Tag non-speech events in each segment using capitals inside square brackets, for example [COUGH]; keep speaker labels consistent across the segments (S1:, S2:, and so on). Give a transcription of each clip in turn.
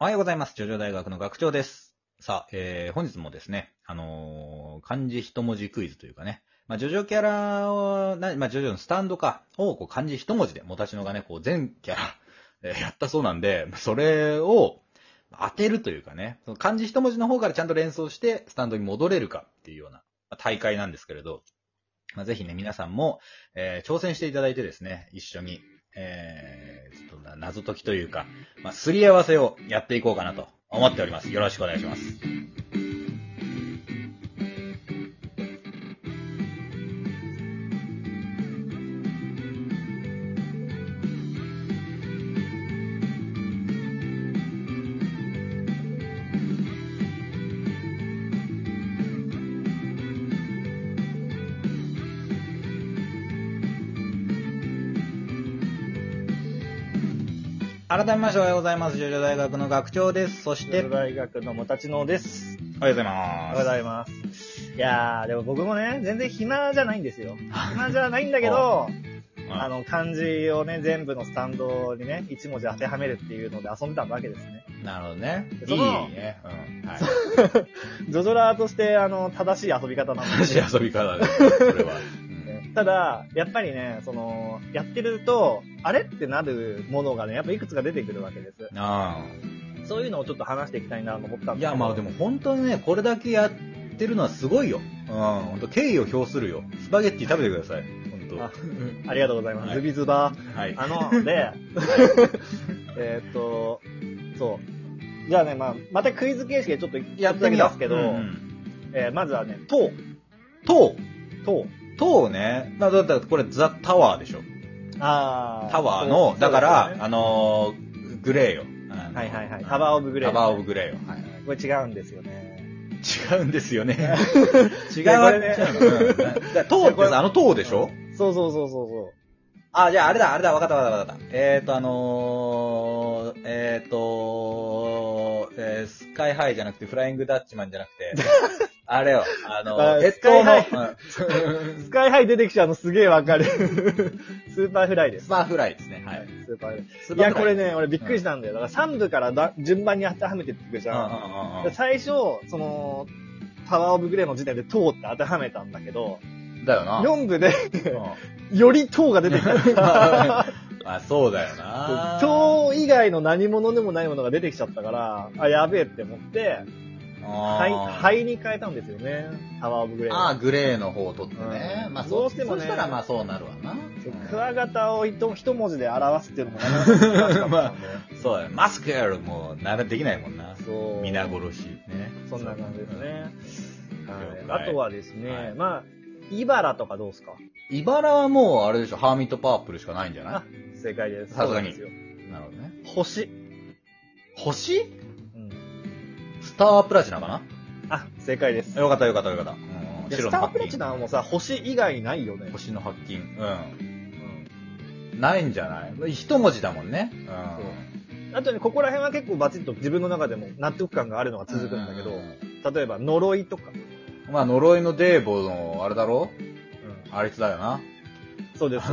S1: おはようございます。ジョジョ大学の学長です。さあ、えー、本日もですね、あのー漢字一文字クイズというかね、まあ、ジョジョキャラを、なまあ、ジョジョのスタンドか、をこう漢字一文字で、もたしのがね、こう全キャラ、えーやったそうなんで、それを当てるというかね、その漢字一文字の方からちゃんと連想して、スタンドに戻れるかっていうような、まあ大会なんですけれど、まあ、ぜひね、皆さんも、えー挑戦していただいてですね、一緒に、えー、ちょっとな謎解きというか、まあ、すり合わせをやっていこうかなと思っております。よろしくお願いします。改めましておはようございます。ジョジョ大学の学長です。そし
S2: ジョ
S1: て、
S2: ジョ
S1: おはよ
S2: 大学のもたちのうです。
S1: うござい
S2: お
S1: ま
S2: は
S1: す。
S2: ようございます。いやー、でも僕もね、全然暇じゃないんですよ。暇じゃないんだけ
S1: [LAUGHS]
S2: ど、あの、漢字をね、全部のスタンドにね、一文字当てはめるっていうので遊んでたわけですね。
S1: うんなるほどね。い
S2: そ
S1: い
S2: の
S1: ね。うん。 [LAUGHS] はい。
S2: ジョジョラーとして、あの、正しい遊び方なんで
S1: 楽しい
S2: すよ。
S1: 遊び方ですね。これは。
S2: ただ、やっぱりね、その、やってると、あれってなるものがね、やっぱいくつか出てくるわけです。
S1: うん、あ
S2: そういうのをちょっと話していきたいなと思ったん
S1: あ。い
S2: ですけど
S1: や、まあでも本当にね、これだけやってるのはすごいよ。うん。本当敬意を表するよ。スパゲッティ食べてください。本当。
S2: あ
S1: うん
S2: ありがとうございます。
S1: はい
S2: ズビズバー。
S1: はい。
S2: あ
S1: [LAUGHS]
S2: の、で、えーっと、そう。じゃあね、まあ、またクイズ形式でちょっとやってみますけど、
S1: うんうん。
S2: えーまずはね、塔、
S1: 塔。
S2: 塔。
S1: 塔ね。まあだったらこれザ・タワーでしょ。
S2: あ
S1: タワーの、だから、
S2: は
S1: あのーグレーよ。あの
S2: いはいはい。タワーオブグレー。
S1: タワーオブグレーよ。はい
S2: これ違うんですよね。
S1: 違うんです [LAUGHS] よね。違う。
S2: いやこれね
S1: うんだから塔ってさあの塔でしょ
S2: そうそうそうそうそう。
S1: あ、じゃああれだ、あれだ、わかったわかったわかった。えーと、あのー、えーとえースカイハイじゃなくて、フライングダッチマンじゃなく [LAUGHS] て、あれよ、あの
S2: あ
S1: ー、越
S2: スカイハイ
S1: 冬の、うん
S2: スカイハイ出てきちゃうのすげえわかる。 [LAUGHS] スーパーフライで
S1: ス
S2: す。
S1: パーフライですね。は
S2: はい
S1: い。、
S2: スーパーフライ。
S1: ス
S2: い
S1: パー
S2: や、
S1: フライ
S2: これ。ね、俺びっくりしたんだよ。だから3部からだ順番に当てはめてってくじ
S1: うん
S2: ゃ
S1: うん
S2: ん。で最初、その、タワーオブグレーの時点で塔って当てはめたんだけど、
S1: うんうん。だよな。
S2: 4部で、 [LAUGHS]
S1: う
S2: より塔が出てきた。
S1: んま [LAUGHS] あ、そうだよな。
S2: [LAUGHS] 塔以外の何者でもないものが出てきちゃったから、あ、やべえって思って、
S1: は
S2: 灰、灰に変えたんですよね。タワーオブグレー
S1: ああ、
S2: は。
S1: グレーの方を取ってね。
S2: うん
S1: まあ、
S2: ど
S1: そう
S2: うしてもね
S1: そしたら、まあ、そうなるわな。
S2: そう
S1: うん
S2: クワガタを一一文字で表すっていうのもなかなか難
S1: [LAUGHS]
S2: しかったんで。
S1: そうだよ。マスクやるもう、ならできないもんな。
S2: そう。
S1: 皆殺し。ね。
S2: そんな感じですね。
S1: 了
S2: はい、
S1: 解
S2: あとはですね、
S1: はい
S2: まあ、イバラとかどうですか
S1: うん。茨はもう、あれでしょ、ハーミットパープルしかないんじゃない
S2: あ正解です。
S1: さすがに
S2: そうなんで
S1: なるほどね。
S2: すよ星。
S1: 星
S2: うん
S1: スタープラチナか
S2: あ、正解です
S1: な。よかったよかったよかった。うん
S2: い
S1: 白
S2: やス
S1: の
S2: タ
S1: ハ
S2: ー
S1: ッ
S2: プ
S1: キ
S2: ラ
S1: ン。
S2: チナもさ、星以外ないよね。
S1: 星の発金。うん。ないんじゃない一文字だもんね。う
S2: あとね、ここら辺は結構バチッと自分の中でも納得感があるのが
S1: ん。
S2: 続くんだけ
S1: う
S2: ど、
S1: ん。
S2: 例えば呪いとか。
S1: まあ、呪いのデーボの、あれだろ
S2: うん
S1: あいつだよ
S2: [LAUGHS]
S1: な。
S2: そうです。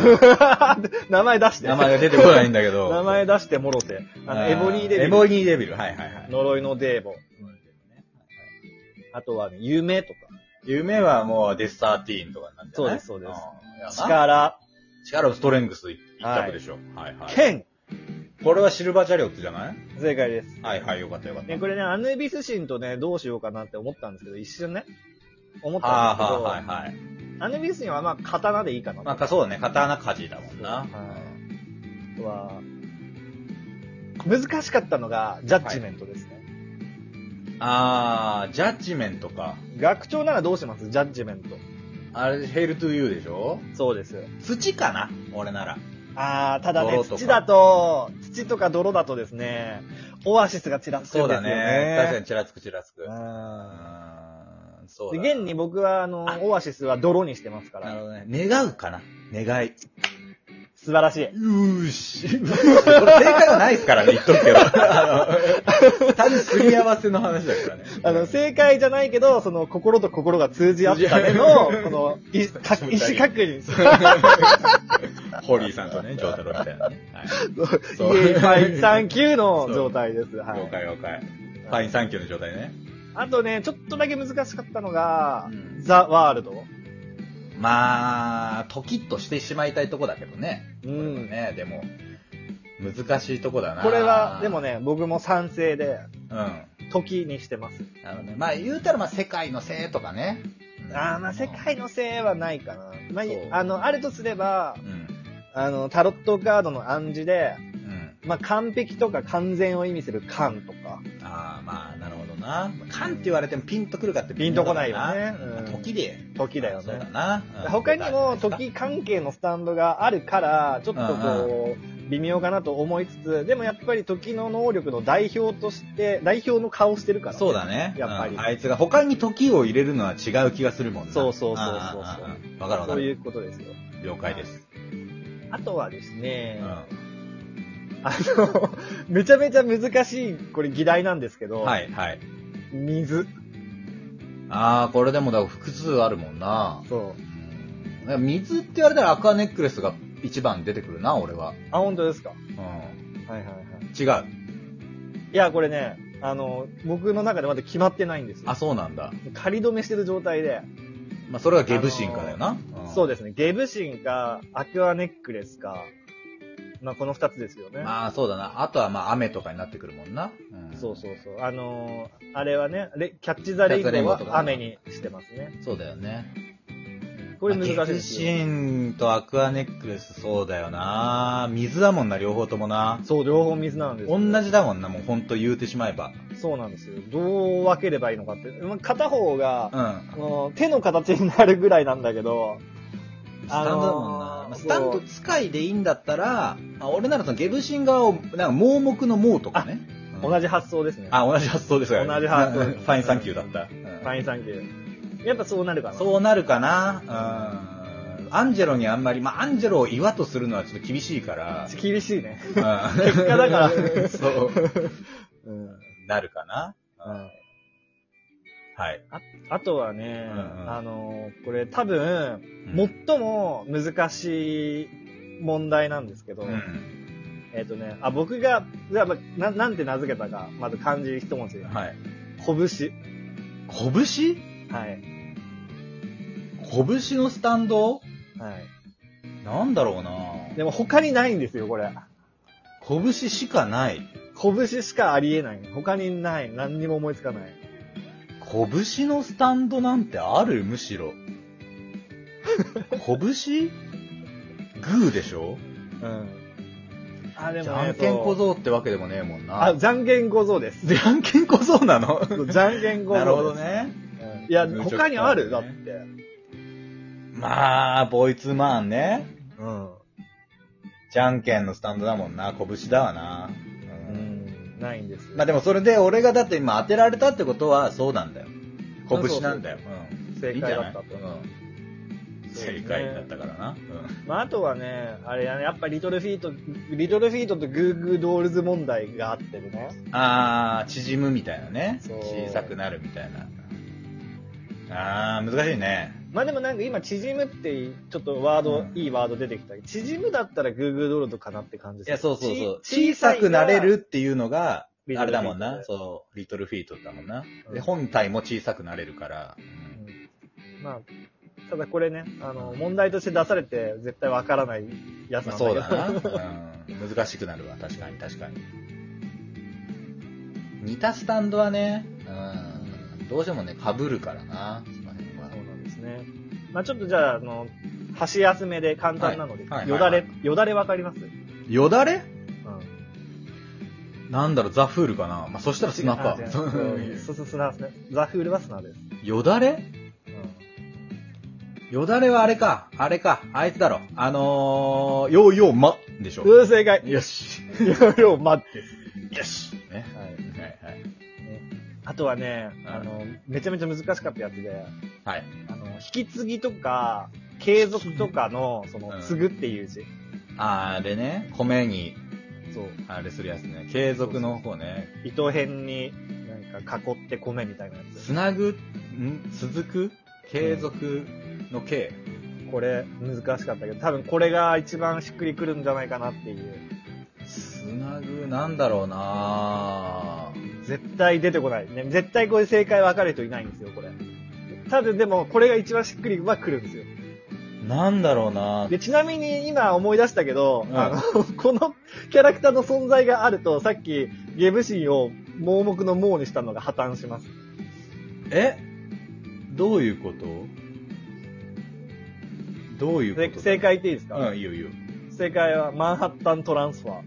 S2: [LAUGHS] 名前出して。
S1: 名前が出てこないんだけ [LAUGHS] ど。
S2: [LAUGHS] 名前出してもろて。あの、エボニーデビ
S1: エ
S2: ル。
S1: ボニーデビル、はいはいはい。
S2: 呪いのデーボ。あとはね、夢とか。
S1: 夢はもうデスサーティーンとかになっちゃない
S2: そうですそうです
S1: す力。
S2: 力、
S1: 力をストレングス一択でしょ。はいはい。
S2: 剣。
S1: これはシルバーチャリオットじゃない
S2: 正解です。
S1: はいはい、よかったよかった。
S2: ね、これね、アヌビス神とね、どうしようかなって思ったんですけど、一瞬ね。思ったん
S1: あ
S2: ですけ
S1: あ、
S2: ど、
S1: はいはいはい。
S2: アヌビス神はまあ、刀でいいかなと。
S1: なんかそうだね、刀鍛冶だもんな。
S2: はいあとは、難しかったのが、ジャッジメントですね。
S1: ああ、ジャッジメントか。
S2: 学長ならどうしますジャッジメント。
S1: あれ、ヘイルトゥーユーでしょ
S2: そうです。
S1: 土かな俺なら。
S2: あー、ただね
S1: 泥、とか
S2: 土だと、土とか泥だとですね、オアシスがちらつくんです
S1: そ
S2: よ
S1: う
S2: ね。
S1: だね。確かにちらつくちらつく。う
S2: う
S1: ーん、そうだな
S2: ん。で、現に僕は、あの、オアシスは泥にしてますか
S1: なる
S2: ら。
S1: ほどね。願うかな願い。
S2: 素晴らしい。
S1: うーし。これ正解はないですからね、言っとくけど。あの、単にすり合わせの話だからね。
S2: あの、正解じゃないけど、その、心と心が通じ合ったねの、この、いか意思確認。
S1: ホリーさんとね、ジョータロみたいなね。はい。そう
S2: イエイファインサンキューの状態です。は
S1: 了
S2: い。
S1: 解了解。ファイン3級の状態ね。
S2: あとね、ちょっとだけ難しかったの
S1: う
S2: が、
S1: ん
S2: ザ・ワールド。
S1: まあ、時っとしてしまいたいとこだけどね。
S2: う
S1: これは
S2: ん。
S1: ね、でも、難しいとこだな。
S2: これは、でも、ね、僕も賛成で、
S1: うん。あ
S2: 時にしてます。
S1: のね、まあ言うたら、まあ世界のせいとかね。うん
S2: あーまあ、世。界のせいはないかな。まあい
S1: そう、
S2: あの、あるとすれば
S1: う、ん。
S2: あの、タロットカードの暗示で、
S1: うん。
S2: まあ、完璧とか完全を意味する完とか。
S1: ああ、まあ、なるほどな。勘って言われてもピンとくるかって
S2: ピンとこないよね
S1: 微妙だな
S2: うん
S1: 時で。
S2: 時だよ
S1: そうだ
S2: ね。
S1: な。うん
S2: 他にも時関係のスタンドがあるから、ちょっとこう、微妙かなと思いつつ、でもやっぱり時の能力の代表として、代表の顔してるから。
S1: そうだね。
S2: やっぱり
S1: うんあいつが他に時を入れるのは違う気がするもんな
S2: そうそうそうそうそう
S1: あーあーあーわかるわか
S2: そうい
S1: る。
S2: うことですよ。
S1: 了解です。
S2: あとはですね、
S1: うん
S2: あの、 [LAUGHS] めちゃめちゃ難しい、これ議題なんですけど、
S1: はい、はい。
S2: 水。
S1: ああ、これでもだから複数あるもんな。
S2: そう。
S1: うんだから水って言われたらアクアネックレスが一番出てくるな、俺は。
S2: あ、本当ですか
S1: うん。
S2: はいはいはい。
S1: 違う。
S2: いや、これね、あの、僕の中でまだ決まってないんですよ
S1: あ、。そうなんだ。
S2: 仮止めしてる状態で、
S1: まあ、それがゲブシンカだよな。
S2: そう
S1: で
S2: ですね、ゲブシンか、アクアネックレスか、まあ、この二つですよね。
S1: まあ、そうだな。あとはまあ、雨とかになってくるもんな。うん
S2: そうそうそう。あのーあれはね、レキャッチザレイン
S1: キャッチザレイン
S2: ボ
S1: ボーと
S2: ー
S1: か
S2: は雨にしてますね。
S1: そうだよね。
S2: これ難しい
S1: まあゲ
S2: で
S1: ブ
S2: すよ。
S1: シンとアクアネックレス、そうだよな。水だもんな、両方ともな。
S2: そう、両方水なんですよ。
S1: 同じだもんな、もうほんと言うてしまえば。
S2: そうなんですよ。どう分ければいいのかって。まあ片方が、
S1: うん。
S2: あの手の形になるぐらいなんだけど、
S1: スタンドだもんな。
S2: あの
S1: ま
S2: ー
S1: あスタンド使いでいいんだったら、まあ、俺ならそのゲブシン側を、なんか盲目の盲とかね。うん
S2: 同じ発想ですね。
S1: あ、同じ発想ですよ
S2: 同じ発想
S1: [LAUGHS] ファインサンキューだった。
S2: ファインサンキュー。やっぱそうなるかな。
S1: そうなるかな。うん。アンジェロにあんまり、まあ、アンジェロを岩とするのはちょっと厳しいから。
S2: 厳しいね。
S1: 結果
S2: 果だから
S1: そう。
S2: うん。
S1: なるかな。はい。
S2: あとはね、
S1: うんうん
S2: あのーこれ多分、最も難しい問題なんですけど、
S1: うん。
S2: えっ、とね、あ、僕が、じゃあまな、なんて名付けたか、まず漢字一文字。
S1: はい。
S2: 拳。
S1: 拳
S2: はい。
S1: 拳のスタンド
S2: はい。
S1: なんだろうな
S2: でも他にないんですよ、これ。
S1: 拳しかない。
S2: 拳しかありえない。他にない。何にも思いつかない。
S1: 拳のスタンドなんてあるむしろ。拳グーでしょ
S2: うん。あ、で
S1: じ
S2: も
S1: ゃ
S2: ね、
S1: んけん小
S2: そう
S1: 僧ってわけでもねえもんな。
S2: あ、じゃんけん小僧です。
S1: じゃんけん小僧なの
S2: そうじゃんけん小僧です。
S1: なるほど。ね。
S2: いや、
S1: 無職
S2: 他にあるだ
S1: だ
S2: っ
S1: ね
S2: て。
S1: まあ、ボーイツーマンね。
S2: うん。
S1: じゃんけんのスタンドだもんな。拳だわな。
S2: う
S1: うん
S2: ん、ないんですよ。
S1: まあでもそれで俺がだって今当てられたってことはそうなんだよ。拳なんだよ。うん
S2: 正解だった
S1: いいんじ
S2: と
S1: ゃないうん
S2: そうです
S1: 正
S2: ね
S1: 解だったからな。
S2: まあ、あとはね、あれやね、やっぱリトルフィート、リトルフィートとグーグードールズ問題があってるね。
S1: うんあー、縮むみたいなね。
S2: そう
S1: 小さくなるみたいな。あー、難しいね。
S2: まあでもなんか今、縮むって、ちょっとワード、
S1: うん
S2: いいワード出てきたけど縮むだったらグーグードールズかなって感じ
S1: いや、そうそうそう。小
S2: ち
S1: さくなれ
S2: 小
S1: るっていうのが、
S2: さいが
S1: あれだもんな。
S2: リトルフィート
S1: そう、リトルフィートだもんな。
S2: うん
S1: で、本体も小さくなれるから。うん
S2: でまあ、ただこれね、あの、問題として出されて絶対わからないやつ
S1: ま
S2: な
S1: あ、
S2: んだ
S1: そ
S2: け
S1: う
S2: ど。
S1: だな。うん難しくなるわ。確かに、確かに。似たスタンドはね、うん、どうしてもね、被るからな。その辺は
S2: そうなんですね。まあちょっとじゃあ、あの、箸休めで簡単なので、
S1: はいはい
S2: よだれ、よだれわかります
S1: よだれ
S2: うん。
S1: なんだろう、ザ・フールかな。まあ、そしたら砂か
S2: あ違う。うんそうそう、砂ですね。ザフールは砂です。
S1: よだれ
S2: う
S1: よだれはあれか。あれか。あいつだろ。あのー、ようようま、でしょ
S2: ん。。うん、正解。
S1: よし。
S2: 容量待って。
S1: よし。ね。
S2: はい。
S1: はいはい。
S2: あとはね、
S1: ん
S2: あの、めちゃめちゃ難しかったやつで、
S1: はい。
S2: あの、引き継ぎとか、継続とかの、その、継ぐっていう字。
S1: あれね、米に、
S2: そう。
S1: あれするやつね。継続の方ね。
S2: 糸編に、なんか囲って米みたいなや
S1: つ
S2: つ。
S1: なぐ、ん続く継続の継。
S2: これ、難しかったけど、多分これが一番しっくりくるんじゃないかなっていう。
S1: つなぐ、なんだろうな
S2: 絶対出てこない。ね、絶対これ正解わかる人いないんですよ、これ。多分でも、これが一番しっくりはくるんですよ。
S1: なんだろうな
S2: [LAUGHS] で、ちなみに今思い出したけど、
S1: うん
S2: あの、 [LAUGHS] このキャラクターの存在があると、さっき、ゲブシンを盲目の盲にしたのが破綻します。
S1: えどういうことどういうこと
S2: で正解言っていいですか、
S1: うん、いいよいいよ。
S2: 正解は、マンハッタントランスファー。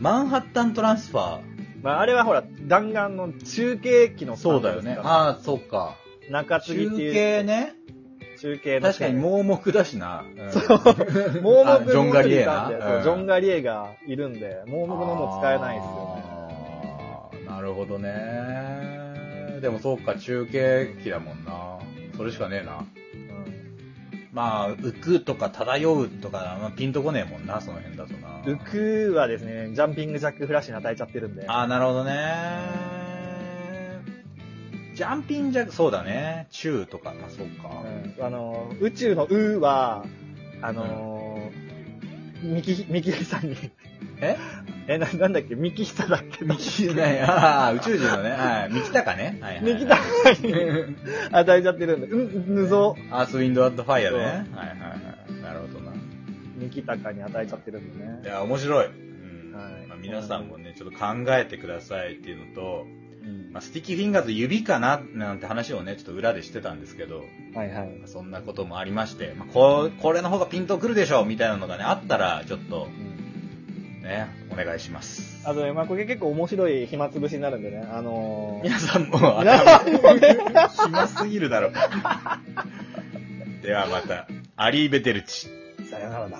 S1: マンハッタントランスファー。
S2: まあ、あれはほら、弾丸の中継機の
S1: そうだよね。
S2: あ
S1: ああ、そうか。
S2: 中継ぎ
S1: 中
S2: っていう。
S1: 継。ね。
S2: 中継の。
S1: 確かに盲目だしな。うん
S2: う、盲目
S1: あ
S2: の
S1: ジョンガリエな
S2: 人いたんでそう
S1: うん
S2: ジョンガリエがいるんで、盲目のも使えないですよね。
S1: あーなるほどね。でもそうか、中継機だもんな。それしかねえな。まあ、浮くとか漂うとか、まあ、ピンとこねえもんな、その辺だとな。
S2: うん。浮くはですね、ジャンピングジャックフラッシュに与えちゃってるんで。
S1: ああ、なるほどね。ジャンピンジャック、そうだね。中とか、まあそうか。
S2: うんあの、宇宙のうは、あのー、ミキ、ミキヒさんに。
S1: え
S2: え、な、なんだっけミキヒサだっけ
S1: ミキ、ね、ああ、宇宙人のね、はい、ミキタカね。はいはい、はい。
S2: ミキタカに与えちゃってるんで、うん、ぬぞ。
S1: アースウィンドアッドファイアでね。
S2: そう
S1: はいはいはい。なるほどな。い
S2: ミキタカに与えちゃってるんでね。
S1: や、面白い。うん
S2: はい
S1: まあ、皆さんもね、ちょっと考えてくださいっていうのと、
S2: うん
S1: まあ、スティッキーフィンガーズ指かななんて話をね、ちょっと裏でしてたんですけど、
S2: はいはい。
S1: まあそんなこともありまして、まあ、ここれの方がピンとくるでしょうみたいなのがね、あったら、ちょっとね、お願いします。
S2: あとね、まあ、これ結構面白い暇つぶしになるんでね、あのー、
S1: 皆さんも、あ
S2: 皆さんも
S1: [LAUGHS]
S2: ね
S1: 暇すぎるだろ。ではまた、アリーベテルチ。
S2: さよならだ。